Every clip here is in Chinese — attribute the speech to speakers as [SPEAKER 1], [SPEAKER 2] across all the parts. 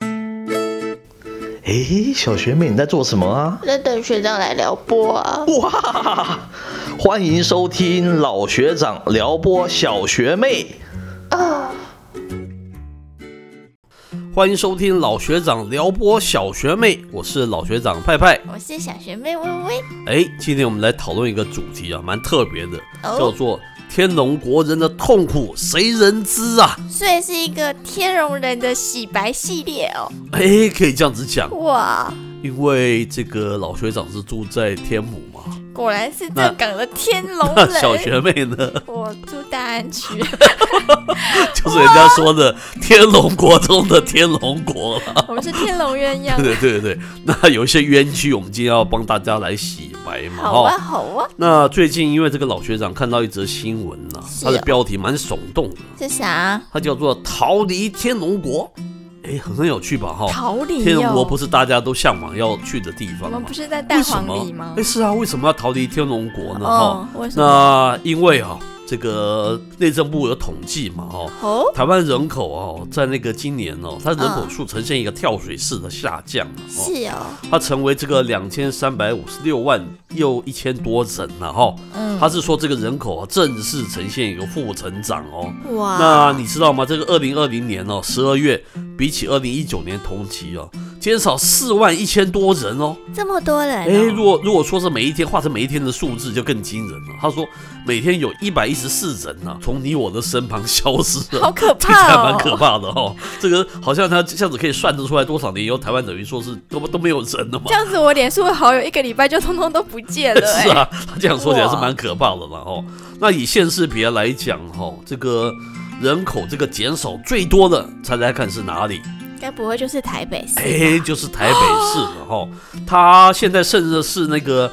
[SPEAKER 1] 诶，哎小学妹你在做什么啊？
[SPEAKER 2] 在等学长来撩拨啊！
[SPEAKER 1] 哇，欢迎收听老学长撩拨小学妹。欢迎收听老学长撩拨小学妹，我是老学长派派。
[SPEAKER 2] 我是小学妹微微，
[SPEAKER 1] 诶，今天我们来讨论一个主题啊，蛮特别的，
[SPEAKER 2] 哦
[SPEAKER 1] 叫做“天龙国人的痛苦谁人知啊
[SPEAKER 2] 所以是一个天龙人的洗白系列哦。”。
[SPEAKER 1] 诶，哎可以这样子讲，
[SPEAKER 2] 哇，
[SPEAKER 1] 因为这个老学长是住在天母嘛，
[SPEAKER 2] 果然是正港的天龙
[SPEAKER 1] 那
[SPEAKER 2] 人。
[SPEAKER 1] 小学妹呢？
[SPEAKER 2] 我住大 安区，
[SPEAKER 1] 就是人家说的天龙国中的天龙国了。
[SPEAKER 2] 我们是天龙鸳鸯。
[SPEAKER 1] 对对对，那有一些冤屈，我们今天要帮大家来洗白嘛
[SPEAKER 2] 好啊，
[SPEAKER 1] 齁
[SPEAKER 2] 好啊，
[SPEAKER 1] 那最近因为这个老学长看到一则新闻呐、
[SPEAKER 2] 是
[SPEAKER 1] 它的
[SPEAKER 2] 哦
[SPEAKER 1] 标题蛮耸动的，
[SPEAKER 2] 是啥？
[SPEAKER 1] 它叫做“逃离天龙国”，哎，很很有趣吧？哈、
[SPEAKER 2] 逃离
[SPEAKER 1] 天龙国
[SPEAKER 2] 哦。
[SPEAKER 1] 不是大家都向往要去的地
[SPEAKER 2] 我
[SPEAKER 1] 方
[SPEAKER 2] 们
[SPEAKER 1] 吗
[SPEAKER 2] 不？是在
[SPEAKER 1] 为
[SPEAKER 2] 蛋
[SPEAKER 1] 什
[SPEAKER 2] 黄里
[SPEAKER 1] 么
[SPEAKER 2] 吗？？
[SPEAKER 1] 哎，是啊，为什么要逃离天龙国呢？哈、
[SPEAKER 2] 哦，为什么？
[SPEAKER 1] 那因为啊，这个内政部有统计嘛，哈、
[SPEAKER 2] 哦，
[SPEAKER 1] 台湾人口哦，在那个今年哦，它人口数呈现一个跳水式的下降哦，
[SPEAKER 2] 是哦，
[SPEAKER 1] 它成为这个两千三百五十六万又一千多人了哈、哦。
[SPEAKER 2] 嗯，
[SPEAKER 1] 它是说这个人口啊正式呈现一个负成长哦。
[SPEAKER 2] 哇，
[SPEAKER 1] 那你知道吗？这个二零二零年哦，十二月比起二零一九年同期哦，减少四万一千多人哦。
[SPEAKER 2] 这么多人、哦，
[SPEAKER 1] 诶，如果如果说是每一天化成每一天的数字，就更惊人了。他说每天有一百一十四人呢、从你我的身旁消失了，
[SPEAKER 2] 好可
[SPEAKER 1] 这个 还
[SPEAKER 2] 怕哦，
[SPEAKER 1] 蛮可怕的哦。这个好像他这样子可以算得出来多少年以后台湾等于说是都都没有人了嘛
[SPEAKER 2] 这。样子，我脸书的好友一个礼拜就通通都不见了、哎
[SPEAKER 1] 是啊，他这样说起来是蛮可怕的了哦。那以县市别来讲哦，这个人口这个减少最多的，猜猜看是哪里？
[SPEAKER 2] 该不会就是台北市吧？
[SPEAKER 1] 哎，就是台北市了哦。他现在剩的是那个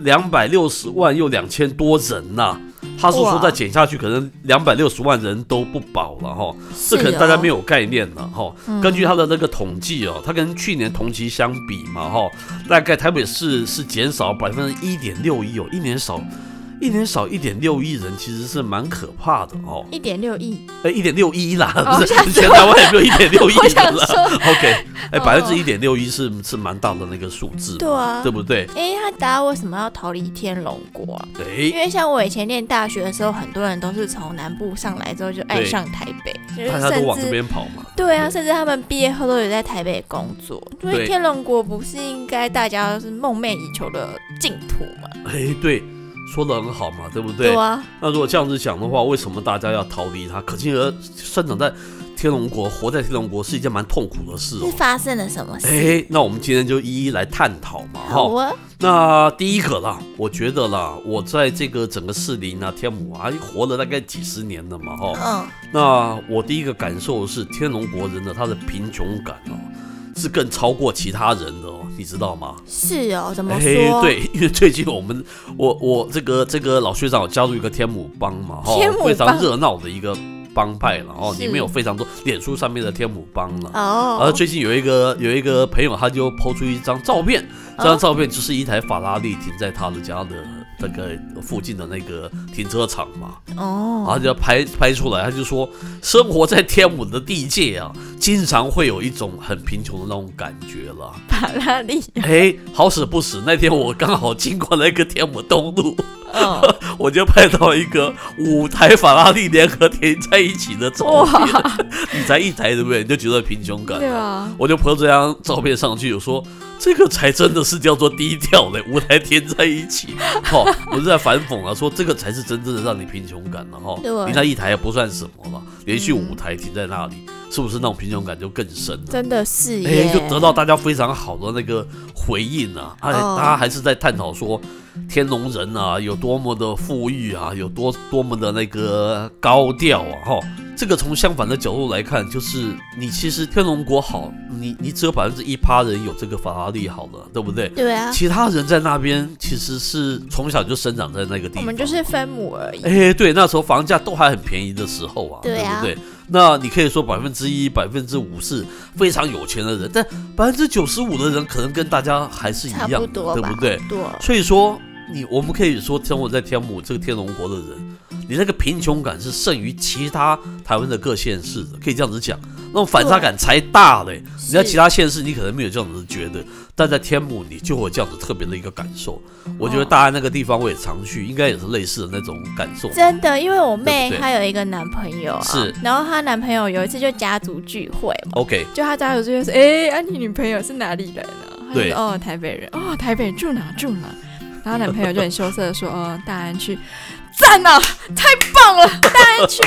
[SPEAKER 1] 两百六十万又两千多人呐、他是说
[SPEAKER 2] 哇
[SPEAKER 1] 再减下去，可能两百六十万人都不保了哈、哦。
[SPEAKER 2] 是
[SPEAKER 1] 这可能大家没
[SPEAKER 2] 有。嗯
[SPEAKER 1] 有概念了哈。根据他的那个统计哦，他跟去年同期相比嘛哈，大概台北市是减少百分之一点六一哦，一年少一年少一点六亿人，其实是蛮可怕的哦。
[SPEAKER 2] 一点六亿，
[SPEAKER 1] 哎，一点六一啦，
[SPEAKER 2] 哦
[SPEAKER 1] 不是
[SPEAKER 2] 吓死我
[SPEAKER 1] 全台湾也没有一点六亿
[SPEAKER 2] 我
[SPEAKER 1] 的
[SPEAKER 2] 想
[SPEAKER 1] 啦。
[SPEAKER 2] 说，
[SPEAKER 1] OK，哎，
[SPEAKER 2] 哦
[SPEAKER 1] 百分之一点六一是是蛮大的那个数字嘛，
[SPEAKER 2] 对啊
[SPEAKER 1] 对不对？
[SPEAKER 2] 哎、他大家为什么要逃离天龙国啊、因
[SPEAKER 1] 哎，
[SPEAKER 2] 为像我以前念大学的时候，很多人都是从南部上来之后就爱上台北，就是
[SPEAKER 1] 大家都
[SPEAKER 2] 甚
[SPEAKER 1] 往这
[SPEAKER 2] 至
[SPEAKER 1] 边跑嘛。
[SPEAKER 2] 对啊，甚至他们毕业后都有在台北工作。所
[SPEAKER 1] 对
[SPEAKER 2] 以天龙国不是应该大家都是梦寐以求的净土吗？
[SPEAKER 1] 哎，对，说的很好嘛，对不
[SPEAKER 2] 对啊，
[SPEAKER 1] 那如果这样子讲的话，为什么大家要逃离它？可见而生长在天龙国、活在天龙国是一件蛮痛苦的事哦
[SPEAKER 2] 是。发生了什么事？
[SPEAKER 1] 哎，那我们今天就一一来探讨嘛，
[SPEAKER 2] 好
[SPEAKER 1] 哈。
[SPEAKER 2] 啊，
[SPEAKER 1] 那第一个啦，我觉得啦，我在这个整个士林啊、天母啊，活了大概几十年了嘛，哈。
[SPEAKER 2] 嗯，
[SPEAKER 1] 那我第一个感受是，天龙国人的他的贫穷感哦，是更超过其他人的哦，你知道吗？
[SPEAKER 2] 是哦，怎么
[SPEAKER 1] 哎
[SPEAKER 2] 说？
[SPEAKER 1] 对，因为最近我们我我这个这个老学长有加入一个天母帮嘛，哈
[SPEAKER 2] 天，母帮
[SPEAKER 1] 非常热闹的一个帮派了哦，
[SPEAKER 2] 是
[SPEAKER 1] 里面有非常多脸书上面的天母帮了。
[SPEAKER 2] 哦，
[SPEAKER 1] 而最近有一个有一个朋友，他就抛出一张照片，这
[SPEAKER 2] 哦
[SPEAKER 1] 张照片就是一台法拉利停在他的家的那个附近的那个停车场嘛，然
[SPEAKER 2] 哦，
[SPEAKER 1] 啊后就要拍拍出来，他就说生活在天母的地界啊，经常会有一种很贫穷的那种感觉了。
[SPEAKER 2] 法拉 利，
[SPEAKER 1] 哎，好死不死，那天我刚好经过那个天母东路，
[SPEAKER 2] 嗯，
[SPEAKER 1] 我就拍到一个五台法拉利联合停在一起的照片。你才一台对不对？你就觉得贫穷感。
[SPEAKER 2] 对啊，
[SPEAKER 1] 我就 po 这张照片上去，我说这个才真的是叫做低调嘞，五台停在一起。哦，我是在反讽啊，说这个才是真正的让你贫穷感了哈、
[SPEAKER 2] 对啊
[SPEAKER 1] 你那一台也不算什么了，连续五台停在那里，是不是那种贫穷感就更深了？
[SPEAKER 2] 真的是
[SPEAKER 1] 哎、
[SPEAKER 2] 耶，
[SPEAKER 1] 就得到大家非常好的那个回应啊！哎，
[SPEAKER 2] 哦
[SPEAKER 1] 大家还是在探讨说天龙人啊有多么的富裕啊，有多多么的那个高调啊！哈，这个从相反的角度来看，就是你其实天龙国好，你你只有百分之一趴人有这个法拉利好了，对不对？
[SPEAKER 2] 对啊，
[SPEAKER 1] 其他人在那边其实是从小就生长在那个地
[SPEAKER 2] 我
[SPEAKER 1] 方，
[SPEAKER 2] 们就是分母而已。
[SPEAKER 1] 哎，对，那时候房价都还很便宜的时候啊，
[SPEAKER 2] 对啊
[SPEAKER 1] 不对？那你可以说百分之一、百分之五是非常有钱的人，但百分之九十五的人可能跟大家还是一
[SPEAKER 2] 差
[SPEAKER 1] 样
[SPEAKER 2] 不
[SPEAKER 1] 的，
[SPEAKER 2] 多
[SPEAKER 1] 对
[SPEAKER 2] 吧，
[SPEAKER 1] 不对？
[SPEAKER 2] 对，
[SPEAKER 1] 所以说，你我们可以说，生活在天母这个天龙国的人，你那个贫穷感是胜于其他台湾的各县市的，可以这样子讲。那种反差感才大嘞。你在
[SPEAKER 2] 是
[SPEAKER 1] 其他县市，你可能没有这样子觉得，但在天母，你就会有这样子特别的一个感受。我觉得
[SPEAKER 2] 哦
[SPEAKER 1] 大安那个地方我也常去，应该也是类似的那种感受。
[SPEAKER 2] 真的，因为我妹
[SPEAKER 1] 对不对
[SPEAKER 2] 她有一个男朋友啊，
[SPEAKER 1] 是
[SPEAKER 2] 然后她男朋友有一次就家族聚会嘛，
[SPEAKER 1] OK，
[SPEAKER 2] 就她家族聚会说，哎、啊，你女朋友是哪里人啊？她就
[SPEAKER 1] 对
[SPEAKER 2] 说哦，台北人，哦，台北人住哪住哪。然后男朋友就很羞涩的说，哦，大安区，赞啊，太棒了，大安区。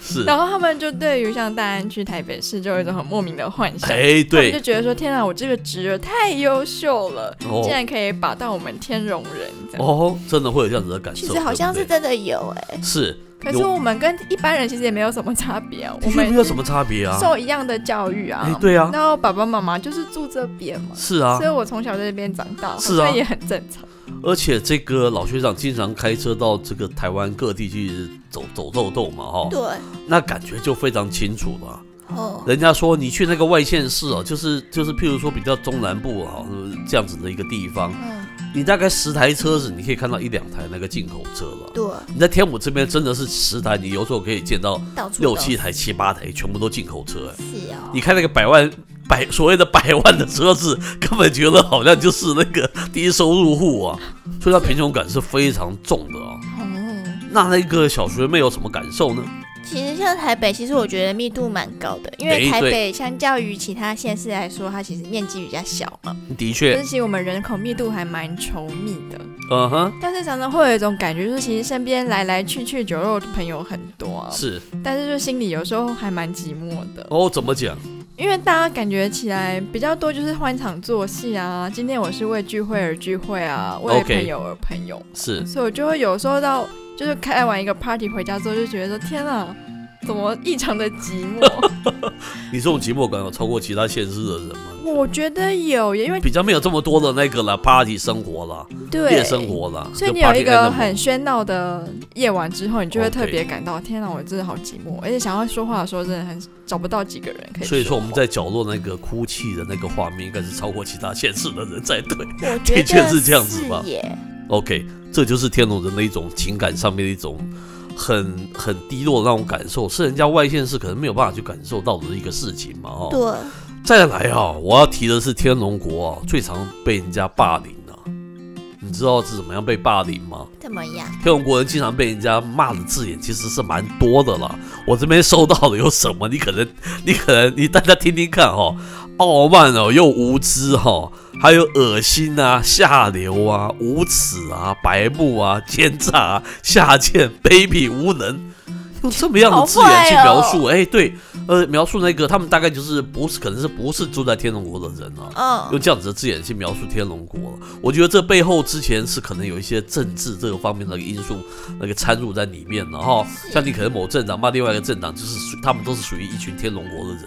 [SPEAKER 1] 是，
[SPEAKER 2] 然后他们就对于像大安区、台北市就有一种很莫名的幻想。
[SPEAKER 1] 哎，
[SPEAKER 2] 他们就
[SPEAKER 1] 对，
[SPEAKER 2] 觉得说：“天啊，我这个侄儿太优秀了，
[SPEAKER 1] 哦
[SPEAKER 2] 竟然可以把到我们天龙人。”这样，
[SPEAKER 1] 哦，真的会有这样子的感受。
[SPEAKER 2] 其实好像是
[SPEAKER 1] 对不
[SPEAKER 2] 真的有哎、
[SPEAKER 1] 对是，
[SPEAKER 2] 可是我们跟一般人其实也没有什么差别啊，我
[SPEAKER 1] 的确
[SPEAKER 2] 们
[SPEAKER 1] 没有什么差别啊。
[SPEAKER 2] 受一样的教育
[SPEAKER 1] 哎
[SPEAKER 2] 啊，，
[SPEAKER 1] 对啊，
[SPEAKER 2] 然后爸爸妈妈就是住这边嘛，
[SPEAKER 1] 是啊
[SPEAKER 2] 所以，我从小在这边长大，
[SPEAKER 1] 是啊
[SPEAKER 2] 好像也很正常。
[SPEAKER 1] 而且这个老学长经常开车到这个台湾各地去走走豆豆嘛，哈、
[SPEAKER 2] 对，
[SPEAKER 1] 那感觉就非常清楚了。
[SPEAKER 2] 哦，
[SPEAKER 1] 人家说你去那个外县市哦，就是就是，譬如说比较中南部啊这样子的一个地方，
[SPEAKER 2] 嗯，
[SPEAKER 1] 你大概十台车子，你可以看到一两台那个进口车了。
[SPEAKER 2] 对，
[SPEAKER 1] 你在天母这边真的是十台，你有时候可以见到
[SPEAKER 2] 到处
[SPEAKER 1] 六七台、七八台，全部都进口车。哎
[SPEAKER 2] 是哦
[SPEAKER 1] 你看那个百万百所谓的百万的车子，根本觉得好像就是那个低收入户啊，所以它贫穷感是非常重的啊。
[SPEAKER 2] 哦，
[SPEAKER 1] 那那个小学妹有什么感受呢？
[SPEAKER 3] 嗯其实像台北，其实我觉得密度蛮高的，因
[SPEAKER 1] 哎
[SPEAKER 3] 为台
[SPEAKER 1] 对
[SPEAKER 3] 北相较于其他县市来说，它其实面积比较小嘛。
[SPEAKER 1] 的
[SPEAKER 2] 但
[SPEAKER 1] 确，
[SPEAKER 2] 是其实我们人口密度还蛮稠密的，
[SPEAKER 1] 嗯哼，
[SPEAKER 2] 但是常常会有一种感觉，就是其实身边来来去去酒肉的朋友很多、啊，
[SPEAKER 1] 是
[SPEAKER 2] 但是就心里有时候还蛮寂寞的，
[SPEAKER 1] 哦，怎么讲？
[SPEAKER 2] 因为大家感觉起来比较多就是欢场作戏啊，今天我是为聚会而聚会啊，为
[SPEAKER 1] OK
[SPEAKER 2] 朋友而朋友
[SPEAKER 1] 是
[SPEAKER 2] 所以我就会有时候到就是开完一个 party 回家之后就觉得说天啊，怎么异常的寂寞？
[SPEAKER 1] 你这种寂寞感有超过其他县市的人吗？
[SPEAKER 2] 我觉得有耶，因为
[SPEAKER 1] 比较没有这么多的那个啦，party 生活啦，
[SPEAKER 2] 对
[SPEAKER 1] 夜生。活啦，
[SPEAKER 2] 所以
[SPEAKER 1] 就
[SPEAKER 2] 你有
[SPEAKER 1] party
[SPEAKER 2] 一个
[SPEAKER 1] animal
[SPEAKER 2] 很喧闹的夜晚之后，你就会
[SPEAKER 1] OK
[SPEAKER 2] 特别感到天啊，我真的好寂寞，而且想要说话的时候，真的很找不到几个人可以。
[SPEAKER 1] 所以说我们在角落那个哭泣的那个画面，应该是超过其他县市的人才对。
[SPEAKER 3] 我觉
[SPEAKER 1] 的
[SPEAKER 3] 得
[SPEAKER 1] 确是这样子吧
[SPEAKER 3] 是耶
[SPEAKER 1] OK，这就是天龙人的一种情感上面的一种很很低落的那种感受，是人家外县市可能没有办法去感受到的一个事情嘛哦。
[SPEAKER 3] 对，
[SPEAKER 1] 再来哈、我要提的是天龙国啊，最常被人家霸凌啊。你知道是怎么样被霸凌吗？
[SPEAKER 3] 怎么样？
[SPEAKER 1] 天龙国人经常被人家骂的字眼其实是蛮多的啦。我这边收到的有什么？你可能， 你可能，你大家听听看哦，傲慢哦，又无知哈、哦，还有恶心啊、下流啊、无耻啊、白目啊、奸诈啊、下贱、卑鄙、无能。用这么样的字眼去描述，哎、对，呃，描述那个他们大概就是不是，可能是不是住在天龙国的人啊，
[SPEAKER 3] 嗯，
[SPEAKER 1] 用这样子的字眼去描述天龙国了。我觉得这背后之前是可能有一些政治这个方面的因素那个掺入在里面的哈。像你可能某政党骂另外一个政党，就是属他们都是属于一群天龙国的人。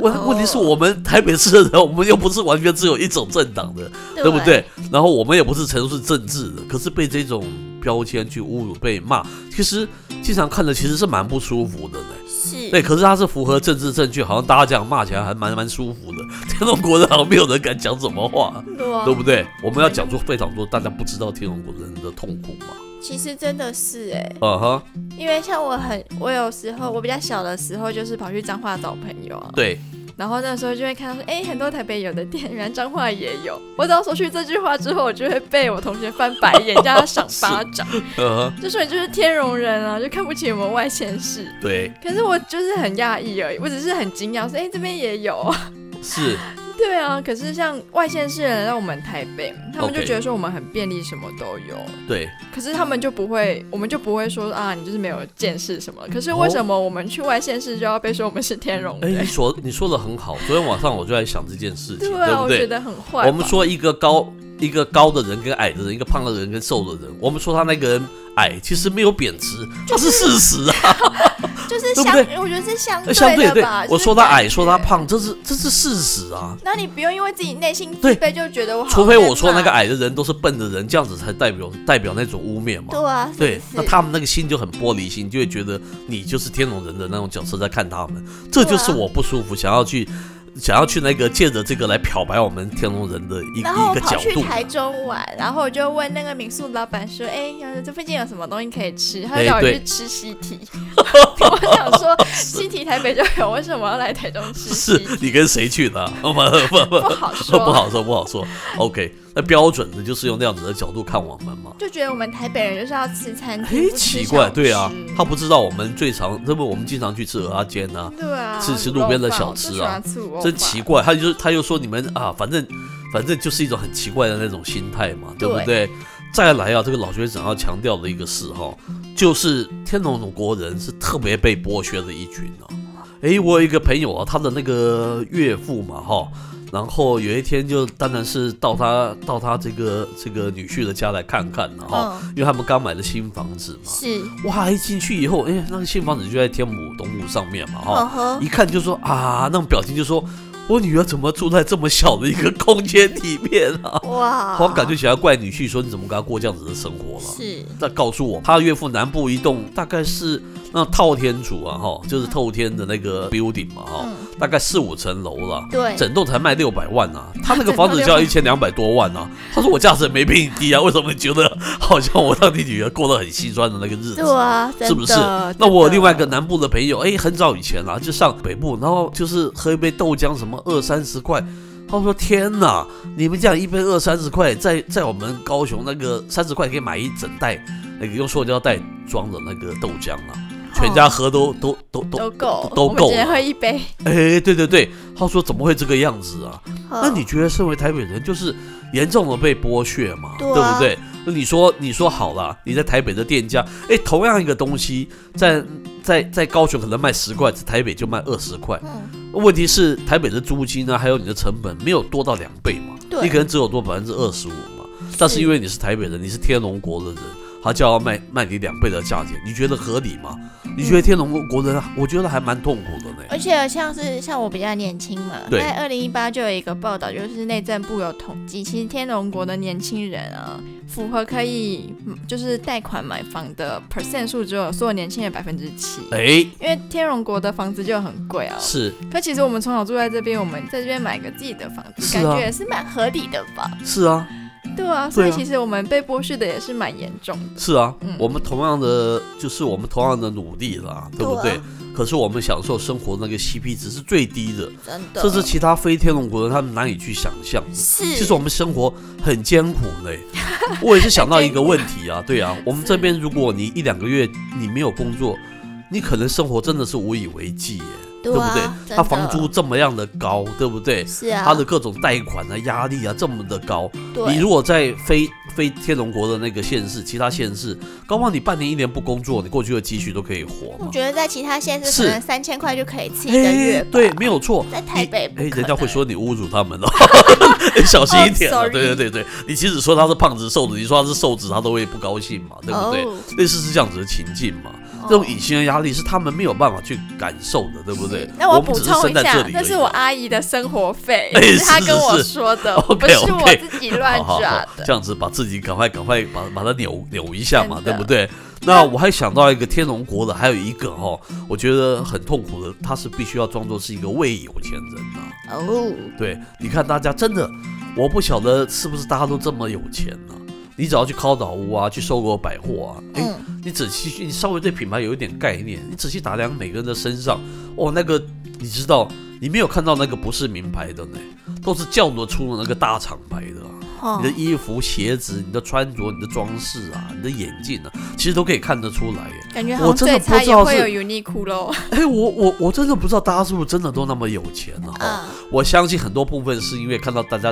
[SPEAKER 1] 问
[SPEAKER 3] 哦
[SPEAKER 1] 问题是我们台北市的人，我们又不是完全只有一种政党的，对不对？？然后我们也不是从事政治的，可是被这种标签去侮辱、被骂，其实经常看着其实是蛮不舒服的呢。
[SPEAKER 3] 是，
[SPEAKER 1] 对，可是他是符合政治正确，好像大家这样骂起来还蛮蛮舒服的。 天龙国人好像没有人敢讲什么话，
[SPEAKER 3] 对啊
[SPEAKER 1] 对不对？我们要讲出非常多大家不知道天龙国人的痛苦嘛。
[SPEAKER 3] 其实真的是哎、
[SPEAKER 1] 啊哈，
[SPEAKER 3] 因为像 我很，我有时候我比较小的时候，就是跑去彰化找朋友啊，
[SPEAKER 1] 对，
[SPEAKER 2] 然后那时候就会看到说，哎、很多台北有的店，原来彰化也有。我只要说出这句话之后，我就会被我同学翻白眼，叫他赏巴 掌，
[SPEAKER 1] 呃，
[SPEAKER 2] 就说你就是天龙人啊，就看不起我们外县市。
[SPEAKER 1] 对，
[SPEAKER 2] 可是我就是很讶异而已，我只是很惊讶，说，哎、这边也有。
[SPEAKER 1] 是
[SPEAKER 2] 对啊，
[SPEAKER 1] 嗯
[SPEAKER 2] 可是像外县市人来到我们台北，他们就
[SPEAKER 1] OK
[SPEAKER 2] 觉得说我们很便利，什么都有。
[SPEAKER 1] 对，
[SPEAKER 2] 可是他们就不会，我们就不会说啊，你就是没有见识什么。可是为什么我们去外县市就要被说我们是天龙
[SPEAKER 1] 哦哎，你
[SPEAKER 2] 人？
[SPEAKER 1] 说你说的很好。昨天晚上我就在想这件事情，
[SPEAKER 2] 对
[SPEAKER 1] 对
[SPEAKER 2] 啊，
[SPEAKER 1] 不
[SPEAKER 2] 我觉
[SPEAKER 1] 对？
[SPEAKER 2] 得很坏吧。
[SPEAKER 1] 我们说一个高一个高的人跟矮的人，一个胖的人跟瘦的人，我们说他那个人矮，其实没有贬值，这是事实啊。
[SPEAKER 3] 就是
[SPEAKER 1] 对不
[SPEAKER 3] 相，
[SPEAKER 1] 对
[SPEAKER 3] 我觉得是相
[SPEAKER 1] 呃相对
[SPEAKER 3] 的吧。
[SPEAKER 1] 我
[SPEAKER 3] 就是
[SPEAKER 1] 说他
[SPEAKER 3] 感
[SPEAKER 1] 矮，说他
[SPEAKER 3] 觉，
[SPEAKER 1] 胖，这是这是事实啊。
[SPEAKER 3] 那你不用因为自己内心自
[SPEAKER 1] 对
[SPEAKER 3] 卑就觉得我好。
[SPEAKER 1] 除非我说那个，矮的人都是笨的人，这样子才代表代表那种污蔑嘛。
[SPEAKER 3] 对啊，是
[SPEAKER 1] 对，
[SPEAKER 3] 是
[SPEAKER 1] 那他们那个心就很玻璃心，就会觉得你就是天龙人的那种角色在看他们，这就是我不舒服，想要去想要去那个借着这个来漂白我们天龙人的一
[SPEAKER 3] 然后
[SPEAKER 1] 一
[SPEAKER 3] 我
[SPEAKER 1] 个
[SPEAKER 3] 跑
[SPEAKER 1] 角
[SPEAKER 3] 去
[SPEAKER 1] 度嘛。
[SPEAKER 3] 台中玩，然后我就问那个民宿老板说：“哎、要是这附近有什么东西可以吃？”他
[SPEAKER 1] 哎
[SPEAKER 2] 带我
[SPEAKER 1] 对
[SPEAKER 2] 去吃西提， 我想说，西提台北就有，为什么要来台中吃
[SPEAKER 1] 是
[SPEAKER 2] 西？
[SPEAKER 1] 你跟谁去的啊？ 不不不
[SPEAKER 2] 不好
[SPEAKER 1] 不， 不
[SPEAKER 2] 说，
[SPEAKER 1] 好说，不好说。OK，那标准的就是用那样子的角度看我们嘛。
[SPEAKER 3] 就觉得我们台北人就是要吃餐厅，
[SPEAKER 1] 哎，
[SPEAKER 3] 不吃
[SPEAKER 1] 奇
[SPEAKER 3] 小
[SPEAKER 1] 怪，对啊
[SPEAKER 3] 吃，
[SPEAKER 1] 他不知道我们最常，那不我们经常去吃鹅阿煎啊，
[SPEAKER 2] 对啊，
[SPEAKER 1] 吃吃路边的小吃啊
[SPEAKER 2] 我最喜欢醋
[SPEAKER 1] 真奇怪。他就他又说你们啊，反正反正就是一种很奇怪的那种心态嘛，对不对？再来啊，这个老学长要强调的一个事哈、就是天龙国人是特别被剥削的一群哦、诶，我有一个朋友啊，他的那个岳父嘛哈、然后有一天就当然是到他到他这个这个女婿的家来看看了哈、
[SPEAKER 3] 嗯，
[SPEAKER 1] 因为他们刚买了新房子嘛，
[SPEAKER 3] 是，
[SPEAKER 1] 哇，一进去以后，哎、那个新房子就在天母东路上面嘛，哈、
[SPEAKER 3] 呵呵，
[SPEAKER 1] 一看就说啊，那种表情就说，我女儿怎么住在这么小的一个空间里面啊？
[SPEAKER 3] 哇，
[SPEAKER 1] 好像感觉啊起来怪女婿说你怎么跟她过这样子的生活了。
[SPEAKER 3] 是，
[SPEAKER 1] 那告诉我，他岳父南部一栋大概是那套天主啊，哈，就是透天的那个 building 嘛，哈，
[SPEAKER 3] 嗯，
[SPEAKER 1] 大概四五层楼了。
[SPEAKER 3] 对，
[SPEAKER 1] 整栋才卖六百万 啊，他那个
[SPEAKER 3] 整
[SPEAKER 1] 房
[SPEAKER 3] 栋
[SPEAKER 1] 子就要一
[SPEAKER 3] 600
[SPEAKER 1] 千两百多万啊。他说我价值也没比你低啊，为什么你觉得好像我让你女儿过得很心酸的那个日子？
[SPEAKER 3] 对啊，真的
[SPEAKER 1] 是不是？那我有另外一个，南部的朋友，哎，很早以前啦、就上北部，然后就是喝一杯豆浆，什么二三十块。他们说：“天哪，你们这样一杯二三十块，在在我们高雄那个三十块可以买一整袋，那个用塑胶袋装的那个豆浆啊，全
[SPEAKER 3] 嗯
[SPEAKER 1] 家喝都都都都，
[SPEAKER 2] 都够，
[SPEAKER 1] 都够啊
[SPEAKER 2] 我们只能喝一杯。
[SPEAKER 1] 哎，对对对。”他说：“怎么会这个样子啊？”那
[SPEAKER 3] 那
[SPEAKER 1] 你觉得身为台北人，就是严重的被剥削嘛，
[SPEAKER 3] 对啊
[SPEAKER 1] 不对？那你说，你说好了，你在台北的店家，哎，同样一个东西，在在在高雄可能卖十块，在台北就卖二十块。
[SPEAKER 3] 嗯，
[SPEAKER 1] 问题是台北的租金啊呢，还有你的成本没有多到两倍嘛，
[SPEAKER 3] 对
[SPEAKER 1] 你可能只有多百分之二十五嘛。但是因为你是台北人，你是天龙国的人，他就要卖卖你两倍的价钱，你觉得合理吗？你觉得天龙国人，我觉得还蛮痛苦的呢。
[SPEAKER 3] 而且像是像我比较年轻嘛，
[SPEAKER 1] 对
[SPEAKER 3] 在二零一八就有一个报道，就是内政部有统计，其实天龙国的年轻人啊，符合可以嗯就是贷款买房的 percent 数只有所有年轻人百分之七，
[SPEAKER 1] 哎，
[SPEAKER 3] 因为天龙国的房子就很贵啊。
[SPEAKER 1] 是
[SPEAKER 2] 可其实我们从小住在这边，我们在这边买个自己的房子，
[SPEAKER 1] 是啊
[SPEAKER 2] 感
[SPEAKER 3] 感觉也是蛮合理的吧？
[SPEAKER 1] 是啊，
[SPEAKER 2] 对啊，所以
[SPEAKER 1] 对啊
[SPEAKER 2] 其实我们被剥削的也是蛮严重的。
[SPEAKER 1] 是啊，
[SPEAKER 2] 嗯
[SPEAKER 1] 我们同样的就是我们同样的努力啦，对不对？
[SPEAKER 3] 对啊
[SPEAKER 1] 可是我们享受生活那个 CP 值是最低的，
[SPEAKER 3] 真的，
[SPEAKER 1] 这是其他非天龙国人他们难以去想象的。
[SPEAKER 3] 是，
[SPEAKER 1] 其实我们生活很艰苦 嘞，我也是想到一个问题啊，对啊，我们这边如果你一两个月你没有工作，你可能生活真的是无以为继耶，
[SPEAKER 3] 对
[SPEAKER 1] 不
[SPEAKER 3] 啊
[SPEAKER 1] 对？
[SPEAKER 3] 真
[SPEAKER 1] 他
[SPEAKER 3] 的
[SPEAKER 1] 房租这么样的高，对不对？
[SPEAKER 3] 是啊，
[SPEAKER 1] 他的各种贷款啊、压力啊这么的高，
[SPEAKER 3] 对
[SPEAKER 1] 你如果在非非天龙国的那个县市，其他县市，搞不好你半年一年不工作，你过去的积蓄都可以活
[SPEAKER 3] 我
[SPEAKER 1] 嘛。
[SPEAKER 3] 觉得在其他县市
[SPEAKER 1] 是
[SPEAKER 3] 可能三千块就可以吃一个
[SPEAKER 1] 哎
[SPEAKER 3] 月吧，
[SPEAKER 1] 对，没有错。
[SPEAKER 3] 在台北不
[SPEAKER 1] 哎，
[SPEAKER 3] 可
[SPEAKER 1] 人家会
[SPEAKER 3] 能
[SPEAKER 1] 说你侮辱他 们哦，小心一点啊。
[SPEAKER 3] 哦，sorry
[SPEAKER 1] 对对对对，你即使说他是胖子瘦子，你说他是瘦子，他都会不高兴嘛，对不对？
[SPEAKER 3] 哦
[SPEAKER 1] 类似是这样子的情境嘛，
[SPEAKER 3] 哦
[SPEAKER 1] 这种隐形的压力是他们没有办法去感受的，对不对
[SPEAKER 3] 是？
[SPEAKER 2] 那我
[SPEAKER 1] 们
[SPEAKER 2] 补
[SPEAKER 1] 只是
[SPEAKER 2] 充
[SPEAKER 1] 生
[SPEAKER 2] 一
[SPEAKER 1] 在这
[SPEAKER 2] 下
[SPEAKER 1] 里，
[SPEAKER 2] 那
[SPEAKER 1] 而
[SPEAKER 2] 是
[SPEAKER 1] 已啊
[SPEAKER 2] 我阿姨的生活费，
[SPEAKER 1] 哎
[SPEAKER 2] 是她
[SPEAKER 1] 是
[SPEAKER 2] 跟我
[SPEAKER 1] 是
[SPEAKER 2] 说 的，不
[SPEAKER 1] OK，OK
[SPEAKER 2] 是我自己乱
[SPEAKER 1] 好好
[SPEAKER 2] 抓
[SPEAKER 1] 好，
[SPEAKER 2] 的。
[SPEAKER 1] 这样子把自己赶快赶快把把它扭扭一下嘛，
[SPEAKER 2] 真的
[SPEAKER 1] 对不对？那我还想到一个天龙国的，还有一个哦，我觉得很痛苦的，他是必须要装作是一个未有钱人呐、
[SPEAKER 3] 哦，
[SPEAKER 1] 对，你看大家真的，我不晓得是不是大家都这么有钱呢、你只要去靠岛屋啊，去搜狗百货啊，哎、
[SPEAKER 3] 嗯，
[SPEAKER 1] 你仔细去，你稍微对品牌有一点概念，你仔细打量每个人的身上，哦，那个你知道，你没有看到那个不是名牌的呢，都是叫得出的那个大厂牌的啊、
[SPEAKER 3] 哦
[SPEAKER 1] 你的衣服、鞋子、你的穿着、你的装饰啊、你的眼镜啊，其实都可以看得出来耶。
[SPEAKER 2] 感觉
[SPEAKER 1] 好像我真的最差不知也道会是
[SPEAKER 2] 有 Uniqlo 咯。
[SPEAKER 1] 哎，我我我真的不知道大家是不是真的都那么有钱了、哈、
[SPEAKER 3] 啊，
[SPEAKER 1] 我相信很多部分是因为看到大家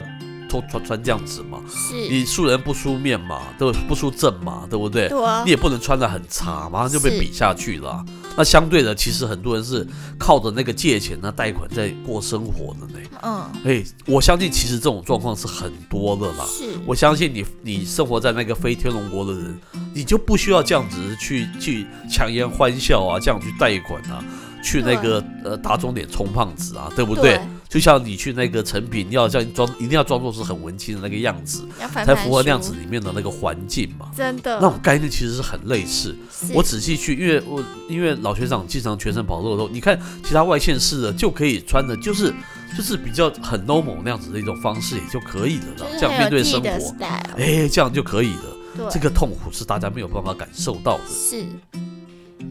[SPEAKER 1] 都穿穿这样子嘛，
[SPEAKER 3] 是，
[SPEAKER 1] 你素人不梳面嘛，对不不梳正嘛，对不对？
[SPEAKER 3] 对啊
[SPEAKER 1] 你，也不能穿的很差，马上就被
[SPEAKER 3] 是
[SPEAKER 1] 比下去了啊、那相对的，其实很多人是靠着那个借钱啊、贷款在过生活的呢。
[SPEAKER 3] 嗯，
[SPEAKER 1] 哎，我相信其实这种状况是很多的啦。
[SPEAKER 3] 哦是，
[SPEAKER 1] 我相信你，你生活在那个非天龙国的人，你就不需要这样子去去强颜欢笑啊，这样去贷款啊，去那个呃打肿脸充胖子啊，对不对？就像你去那个成品，你要像装，一定要装作是很文青的那个样子，
[SPEAKER 3] 要翻
[SPEAKER 1] 才
[SPEAKER 3] 翻
[SPEAKER 1] 符合那样
[SPEAKER 3] 书
[SPEAKER 1] 子，里面的那个环境嘛。
[SPEAKER 3] 真的，
[SPEAKER 1] 那种概念其实是很类似。
[SPEAKER 3] 是
[SPEAKER 1] 我仔细去，因为我因为老学长经常全身跑透透，你看其他外县市的就可以穿的，就是就是比较很 normal 那样子的一种方式也就可以了啦
[SPEAKER 3] 就，是
[SPEAKER 1] 这样
[SPEAKER 3] 很
[SPEAKER 1] 面
[SPEAKER 3] 有
[SPEAKER 1] 对
[SPEAKER 3] 自己
[SPEAKER 1] 生
[SPEAKER 3] 的
[SPEAKER 1] 活，
[SPEAKER 3] style，
[SPEAKER 1] 哎，这样就可以了。
[SPEAKER 3] 对，
[SPEAKER 1] 这个痛苦是大家没有办法感受到的。
[SPEAKER 3] 是，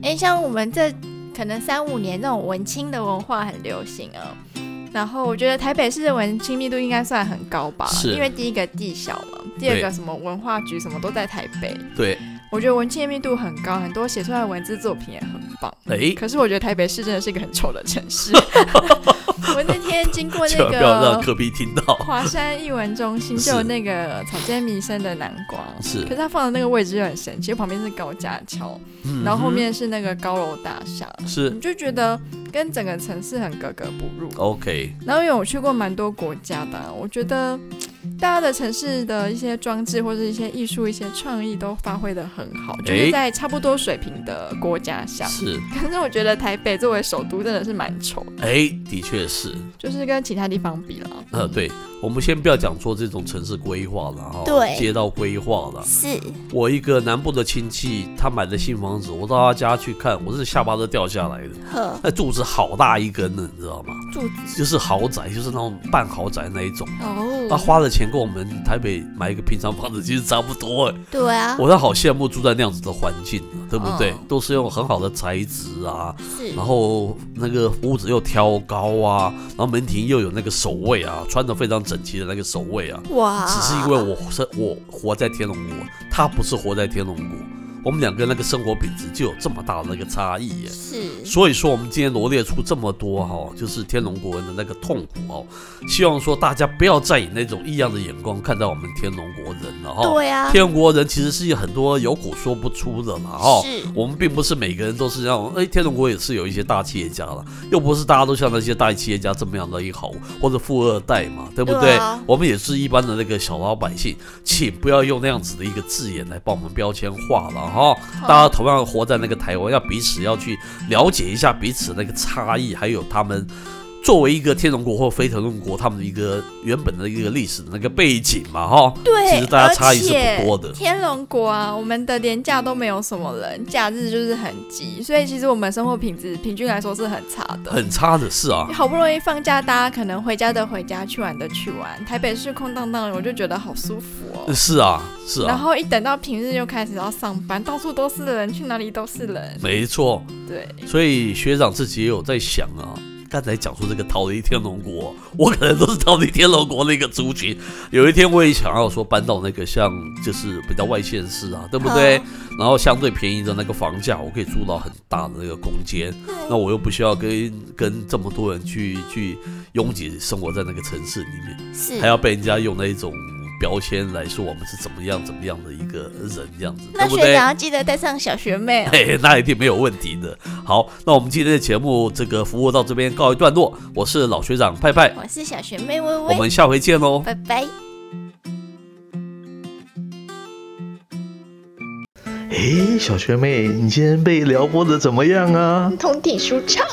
[SPEAKER 3] 哎，像我们这
[SPEAKER 2] 可能三五年那种文青的文化很流行啊。然后我觉得台北市的文青密度应该算很高吧，
[SPEAKER 1] 是
[SPEAKER 2] 因为第一个地小嘛，第二
[SPEAKER 1] 对
[SPEAKER 2] 个什么文化局什么都在台北，
[SPEAKER 1] 对，
[SPEAKER 2] 我觉得文青的密度很高，很多写出来的文字作品也很棒。
[SPEAKER 1] 哎，
[SPEAKER 2] 可是我觉得台北市真的是一个很丑的城 市。我那天经过那
[SPEAKER 1] 千万不要让
[SPEAKER 2] 个
[SPEAKER 1] 隔壁听到。
[SPEAKER 2] 华山艺文中心，
[SPEAKER 1] 是
[SPEAKER 2] 就有那个草间弥生的南瓜，
[SPEAKER 1] 是
[SPEAKER 2] 可是它放的那个位置就很神奇，旁边是高架桥，
[SPEAKER 1] 嗯
[SPEAKER 2] 然后后面是那个高楼大厦，
[SPEAKER 1] 哼
[SPEAKER 2] 你
[SPEAKER 1] 是
[SPEAKER 2] 就觉得跟整个城市很格格不入。
[SPEAKER 1] 哦 OK，
[SPEAKER 2] 然后因为我去过蛮多国家的啊、我觉得嘖大家的城市的一些装置或者一些艺术、一些创意都发挥的很好，就是在差不多水平的国家下。
[SPEAKER 1] 是
[SPEAKER 2] 可是我觉得台北作为首都真的是蛮丑的，
[SPEAKER 1] 哎，的确是，
[SPEAKER 2] 就是跟其他地方比啦。
[SPEAKER 1] 呃，对，我们先不要讲做这种城市规划了哈，
[SPEAKER 3] 对
[SPEAKER 1] 街道规划了。
[SPEAKER 3] 是
[SPEAKER 1] 我一个南部的亲戚，他买的新房子，我到他家去看，我是下巴都掉下来的，
[SPEAKER 3] 呵
[SPEAKER 1] 那柱子好大一根的，你知道吗？
[SPEAKER 3] 柱子
[SPEAKER 1] 就是豪宅，就是那种半豪宅那一种。他
[SPEAKER 3] 哦，
[SPEAKER 1] 花的钱跟我们台北买一个平常房子其实差不多哎，
[SPEAKER 3] 对啊，哦
[SPEAKER 1] 我倒好羡慕住在那样子的环境啊，对不对
[SPEAKER 2] 嗯？
[SPEAKER 1] 都是用很好的材质啊，
[SPEAKER 3] 是
[SPEAKER 1] 然后那个屋子又挑高啊，然后门庭又有那个守卫啊，穿的非常整齐的那个守卫啊。
[SPEAKER 3] 哇，
[SPEAKER 1] 只是因为我生我活在天龙国，他不是活在天龙国，我们两个那个生活品质就有这么大的那个差异耶。
[SPEAKER 3] 是
[SPEAKER 1] 所以说，我们今天罗列出这么多哈、就是天龙国人的那个痛苦哦。希望说大家不要再以那种异样的眼光看待我们天龙国人了哈、
[SPEAKER 3] 对啊，
[SPEAKER 1] 哦天龙国人其实是有很多有苦说不出的嘛哈、
[SPEAKER 3] 是
[SPEAKER 1] 我们并不是每个人都是那种，哎，天龙国也是有一些大企业家了，又不是大家都像那些大企业家这么样的一好或者富二代嘛，对不对？
[SPEAKER 3] 对啊
[SPEAKER 1] 我们也是一般的那个小老百姓，请不要用那样子的一个字眼来把我们标签化了哈。大家同样活在那个台湾，要彼此要去了解一下彼此那个差异，还有他们。作为一个天龙国或非天龙国，他们的一个原本的一个历史的那个背景嘛，哈，
[SPEAKER 2] 对
[SPEAKER 1] 其实大家差异是
[SPEAKER 2] 哎而且
[SPEAKER 1] 不多的，
[SPEAKER 2] 天龙国啊，我们的年假都没有什么人，假日就是很急，所以其实我们生活品质平均来说是很差的。
[SPEAKER 1] 很差的是啊，
[SPEAKER 2] 好不容易放假，大家可能回家的回家，去玩的去玩。台北市空荡荡的，我就觉得好舒服哦。
[SPEAKER 1] 是啊，是
[SPEAKER 2] 然
[SPEAKER 1] 啊，
[SPEAKER 2] 后一等到平日又开始要上班，到处都是人，去哪里都是人。
[SPEAKER 1] 没错。
[SPEAKER 2] 对，
[SPEAKER 1] 所以学长自己也有在想啊，刚才讲出这个逃离天龙国，我可能都是逃离天龙国的一个族群。有一天我也想要说搬到那个像就是比较外县市啊，对不对？
[SPEAKER 2] 嗯
[SPEAKER 1] 然后相对便宜的那个房价，我可以租到很大的那个空间，那我又不需要跟跟这么多人去去拥挤生活在那个城市里面。
[SPEAKER 3] 是
[SPEAKER 1] 还要被人家用那一种标签来说我们是怎么样怎么样的一个人，这样子，对
[SPEAKER 3] 那
[SPEAKER 1] 不
[SPEAKER 3] 学
[SPEAKER 1] 对？
[SPEAKER 3] 长要记得带上小学妹哦，
[SPEAKER 1] 嘿，那一定没有问题的。好，那我们今天的节目这个服务到这边告一段落，我是老学长派派，
[SPEAKER 3] 我是小学妹微
[SPEAKER 1] 我
[SPEAKER 3] 微，
[SPEAKER 1] 们下回见喽。
[SPEAKER 3] 拜拜。
[SPEAKER 4] 诶，哎小学妹，你今天被撩拨的怎么样啊？
[SPEAKER 5] 通体舒畅。